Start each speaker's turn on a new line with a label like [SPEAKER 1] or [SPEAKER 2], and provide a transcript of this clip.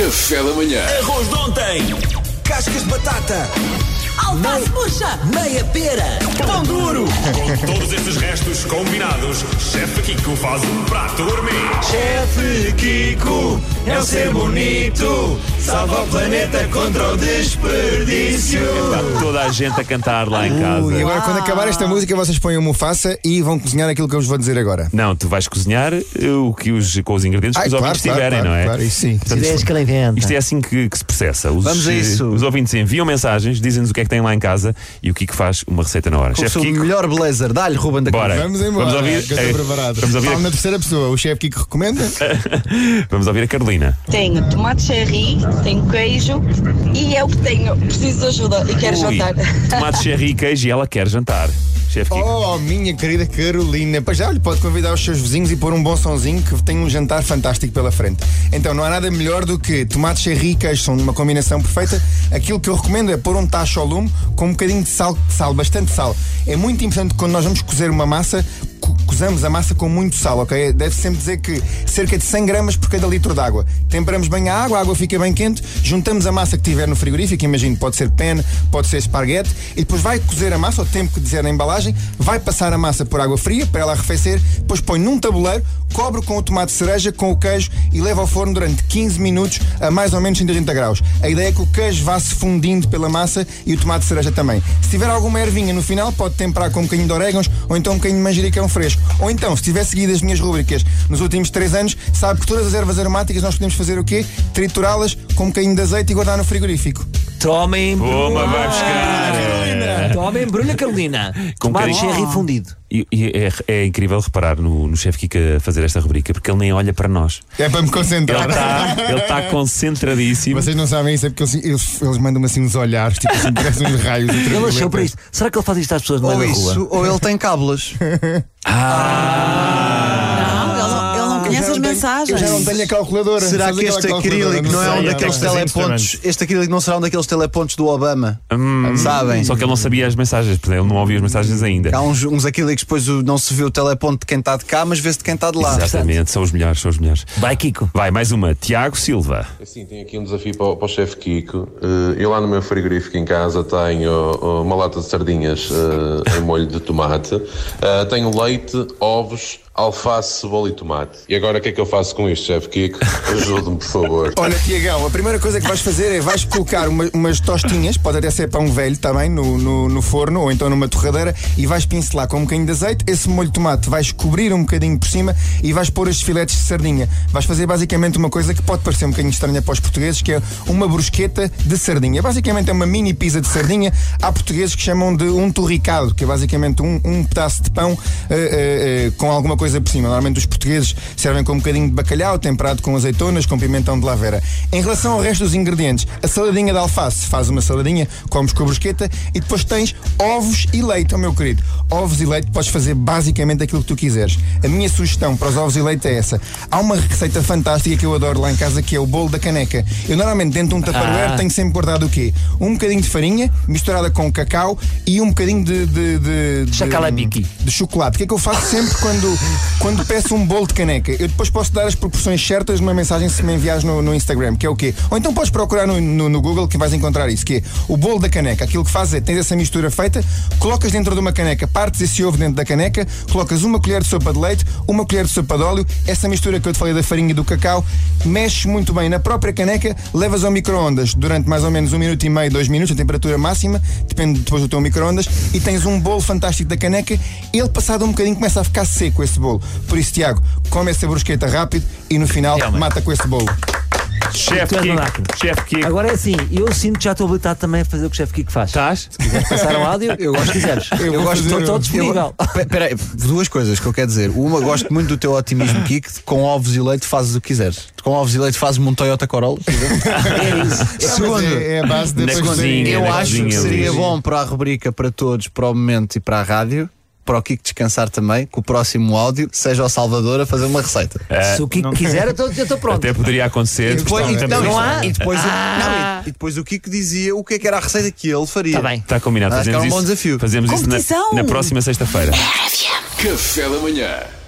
[SPEAKER 1] Café da manhã.
[SPEAKER 2] Arroz de ontem. Cascas de batata.
[SPEAKER 3] Alface murcha!
[SPEAKER 2] Meia pera. Pão duro.
[SPEAKER 4] Com todos esses restos combinados, Chefe Kiko faz um prato gourmet.
[SPEAKER 2] Chefe Kiko é um ser bonito. Salva o planeta contra o desperdício.
[SPEAKER 5] toda a gente a cantar lá em casa.
[SPEAKER 6] E agora, quando acabar esta música, vocês põem o Mufasa e vão cozinhar aquilo que eu vos vou dizer agora.
[SPEAKER 5] Não, tu vais cozinhar eh, o que os, com os ingredientes que
[SPEAKER 6] Ai,
[SPEAKER 5] os ouvintes
[SPEAKER 6] claro, claro,
[SPEAKER 5] tiverem,
[SPEAKER 6] claro,
[SPEAKER 5] não é?
[SPEAKER 6] claro, isso sim.
[SPEAKER 5] Portanto,
[SPEAKER 7] Ideias que ele inventa.
[SPEAKER 5] Isto é assim que, que se processa. Os, eh,
[SPEAKER 7] Vamos a isso.
[SPEAKER 5] Os ouvintes enviam mensagens, dizem-nos o que é que têm lá em casa e o Kiko faz uma receita na hora.
[SPEAKER 7] Com o
[SPEAKER 5] Chefe
[SPEAKER 7] seu
[SPEAKER 5] Kiko,
[SPEAKER 7] melhor blazer. Dá-lhe, Ruben da
[SPEAKER 5] Bora.
[SPEAKER 7] Cruz.
[SPEAKER 6] Vamos embora. né?
[SPEAKER 5] Vamos ouvir-
[SPEAKER 6] que eu estou
[SPEAKER 5] eh,
[SPEAKER 6] preparado.
[SPEAKER 5] vamos ouvir-
[SPEAKER 6] Fala na terceira pessoa. O chefe Kiko recomenda?
[SPEAKER 5] vamos ouvir a Carolina.
[SPEAKER 8] Tenho tomate cherry, tenho
[SPEAKER 9] é
[SPEAKER 8] queijo e eu que tenho, preciso de ajuda e quero
[SPEAKER 5] Ui,
[SPEAKER 8] jantar.
[SPEAKER 5] tomate cherry e queijo e ela quer jantar. Chefe Kiko.
[SPEAKER 6] Oh, minha querida Carolina. Pois já, olha, pode convidar os seus vizinhos e pôr um bom sonzinho que tem um jantar fantástico pela frente. Então, não há nada melhor do que tomate cherry e queijo são uma combinação perfeita. Aquilo que eu recomendo é pôr um tacho ao lume com um bocadinho de sal, sal, bastante sal. É muito importante que quando nós vamos cozer uma massa, co- cozamos a massa com muito sal, ok? Deve sempre dizer que cerca de 100 gramas por cada litro de água. Temperamos bem a água, a água fica bem quente, juntamos a massa que tiver no frigorífico, imagino, pode ser penne, pode ser esparguete, e depois vai cozer a massa, o tempo que dizer na embalagem, vai passar a massa por água fria para ela arrefecer, depois põe num tabuleiro, cobre com o tomate cereja, com o queijo e leva ao forno durante 15 minutos a mais ou menos 180 graus. A ideia é que o queijo vá se fundindo pela massa e o tomate cereja também. Se tiver alguma ervinha no final, pode temperar com um bocadinho de orégãos ou então um bocadinho de manjericão fresco. Ou então, se tiver seguido as minhas rúbricas nos últimos 3 anos, sabe que todas as ervas aromáticas nós podemos fazer o quê? Triturá-las com um bocadinho de azeite e guardar no frigorífico. Oh,
[SPEAKER 7] Tomem.
[SPEAKER 5] Toma, vai buscar.
[SPEAKER 7] Tomem, embrulha, Carolina.
[SPEAKER 5] Com
[SPEAKER 7] Tomate
[SPEAKER 5] carinho.
[SPEAKER 9] é
[SPEAKER 7] cherry fundido.
[SPEAKER 5] E, e é, é incrível reparar no, no chefe Kiko a fazer esta rubrica, porque ele nem olha para nós.
[SPEAKER 6] É para me
[SPEAKER 5] Ele
[SPEAKER 6] concentrar.
[SPEAKER 5] está ele tá concentradíssimo.
[SPEAKER 6] Vocês não sabem isso, é porque eles, eles, eles mandam-me assim uns olhares, tipo assim, parecem uns raios.
[SPEAKER 7] Ele nasceu para isto. Será que ele faz isto às pessoas no meio
[SPEAKER 9] Ou
[SPEAKER 7] da rua?
[SPEAKER 9] isso, ou ele tem cábulas.
[SPEAKER 3] Não, ele não, ele não conhece as mensagens.
[SPEAKER 6] Ah, Eu já não tenho a calculadora.
[SPEAKER 9] Será
[SPEAKER 6] Sabes
[SPEAKER 9] que
[SPEAKER 6] aquela
[SPEAKER 9] este
[SPEAKER 6] calculadora?
[SPEAKER 9] acrílico não é
[SPEAKER 5] sei,
[SPEAKER 9] um
[SPEAKER 5] não
[SPEAKER 9] daqueles
[SPEAKER 5] sei.
[SPEAKER 9] telepontos? Este acrílico não será um daqueles telepontos do Obama? Sabem?
[SPEAKER 5] Só que ele não sabia as mensagens, portanto, ele não ouviu as mensagens ainda.
[SPEAKER 9] Há uns, uns acrílicos depois o- não se vê o teleponto de quem está de cá, mas vê-se de quem está de lá.
[SPEAKER 5] Exatamente, são os melhores, são os melhores.
[SPEAKER 7] Vai, Kiko.
[SPEAKER 5] Vai, mais uma. Tiago Silva.
[SPEAKER 10] Sim, tem aqui um desafio para, o- para o chefe Kiko. Eh, Eu lá no meu frigorífico em casa tenho oh, uma lata de sardinhas eh, em molho de tomate, Eh, tenho leite, ovos, alface, cebola e tomate. E agora o que é que eu faço com isto, chefe Kiko? Ajude-me, por favor.
[SPEAKER 6] Olha, Tiagão, a primeira coisa que vais fazer é vais colocar uma- umas tostinhas, pode até ser pão velho também, no, no, no forno ou então numa torradeira, e vais pincelar com um bocadinho de azeite. Esse molho de tomate vais cobrir um bocadinho por cima e vais pôr os filetes de sardinha. Vais fazer basicamente uma coisa que pode parecer um bocadinho estranha para os portugueses, que é uma brusqueta de sardinha. Basicamente é uma mini pizza de sardinha. Há portugueses que chamam de um torricado, que é basicamente um, um pedaço de pão eh, eh, eh, com alguma coisa por cima. Normalmente os portugueses servem com um bocadinho de bacalhau, temperado com azeitonas, com pimentão de lavera. Em relação ao resto dos ingredientes, a saladinha de alface, faz uma saladinha, comes com a brusqueta e depois tens ovos e leite, oh meu querido. Ovos e leite podes fazer basicamente aquilo que tu quiseres. A minha sugestão para os ovos e leite é essa. Há uma receita fantástica que eu adoro lá em casa que é o bolo da caneca. Eu normalmente dentro de um tupperware tenho sempre guardado o quê? Um bocadinho de farinha misturada com cacau e um bocadinho de... de, de, de
[SPEAKER 7] Chacalabiqui.
[SPEAKER 6] de chocolate. O que é que eu faço sempre quando, quando peço um bolo de caneca? Eu depois posso dar as proporções certas numa mensagem se me enviares no, no Instagram, que é o quê? Ou então podes procurar no, no, no Google que vais encontrar isso, que é o bolo da caneca. Aquilo que fazes é, tens essa mistura feita, colocas dentro de uma caneca, partes esse ovo dentro da caneca, colocas uma colher de sopa de leite, uma colher de sopa de óleo, essa mistura que eu te falei da farinha e do cacau, mexes muito bem na própria caneca, levas ao micro-ondas durante mais ou menos um minuto e meio, dois minutos, a temperatura máxima, depende depois do teu micro-ondas, e tens um bolo fantástico da caneca. Ele, passado um bocadinho, começa a ficar seco esse bolo. Por isso, Tiago, come essa brusqueta rápido e no final
[SPEAKER 7] Realmente.
[SPEAKER 6] mata com esse bolo.
[SPEAKER 5] Chefe
[SPEAKER 7] Tu és
[SPEAKER 5] Kiko. é
[SPEAKER 7] maluco.
[SPEAKER 5] Chefe Kiko.
[SPEAKER 7] Agora é assim, eu sinto que já estou habilitado também a fazer o que o chefe Kiko faz.
[SPEAKER 5] Estás?
[SPEAKER 7] Queres passar o áudio? Eu gosto. Se quiseres.
[SPEAKER 6] Eu vou
[SPEAKER 7] gosto.
[SPEAKER 6] fazer
[SPEAKER 7] Estou
[SPEAKER 6] um.
[SPEAKER 7] todo
[SPEAKER 9] Eu-
[SPEAKER 7] disponível.
[SPEAKER 9] Pe- Peraí, duas coisas que eu quero dizer. Uma, gosto muito do teu otimismo, Kiko. Com ovos e leite fazes o que quiseres. Com ovos e leite fazes-me um Toyota Corolla. por exemplo.
[SPEAKER 7] É isso.
[SPEAKER 9] Segundo,
[SPEAKER 6] é, a base
[SPEAKER 5] depois de- cozinha,
[SPEAKER 9] eu
[SPEAKER 5] na
[SPEAKER 9] acho
[SPEAKER 5] cozinha,
[SPEAKER 9] que seria
[SPEAKER 5] Luís.
[SPEAKER 9] bom para a rubrica, para todos, para o momento e para a rádio, para o Kiko descansar também, que o próximo áudio seja ao Salvador a fazer uma receita.
[SPEAKER 7] Se o Kiko quiser, eu estou- eu estou pronto.
[SPEAKER 5] Até poderia acontecer.
[SPEAKER 9] Depois- e,
[SPEAKER 5] Também
[SPEAKER 9] não, Ah.
[SPEAKER 7] não há?
[SPEAKER 9] e- e depois o, não, e- e depois o Kiko dizia o que é que era a receita que ele faria.
[SPEAKER 7] Está Tá bem.
[SPEAKER 5] Está combinado.
[SPEAKER 9] Acho que
[SPEAKER 5] Fazemos
[SPEAKER 9] é um bom
[SPEAKER 5] isso,
[SPEAKER 9] desafio.
[SPEAKER 5] Fazemos isso na-
[SPEAKER 3] Competição.
[SPEAKER 5] na próxima sexta-feira.
[SPEAKER 1] Café da manhã.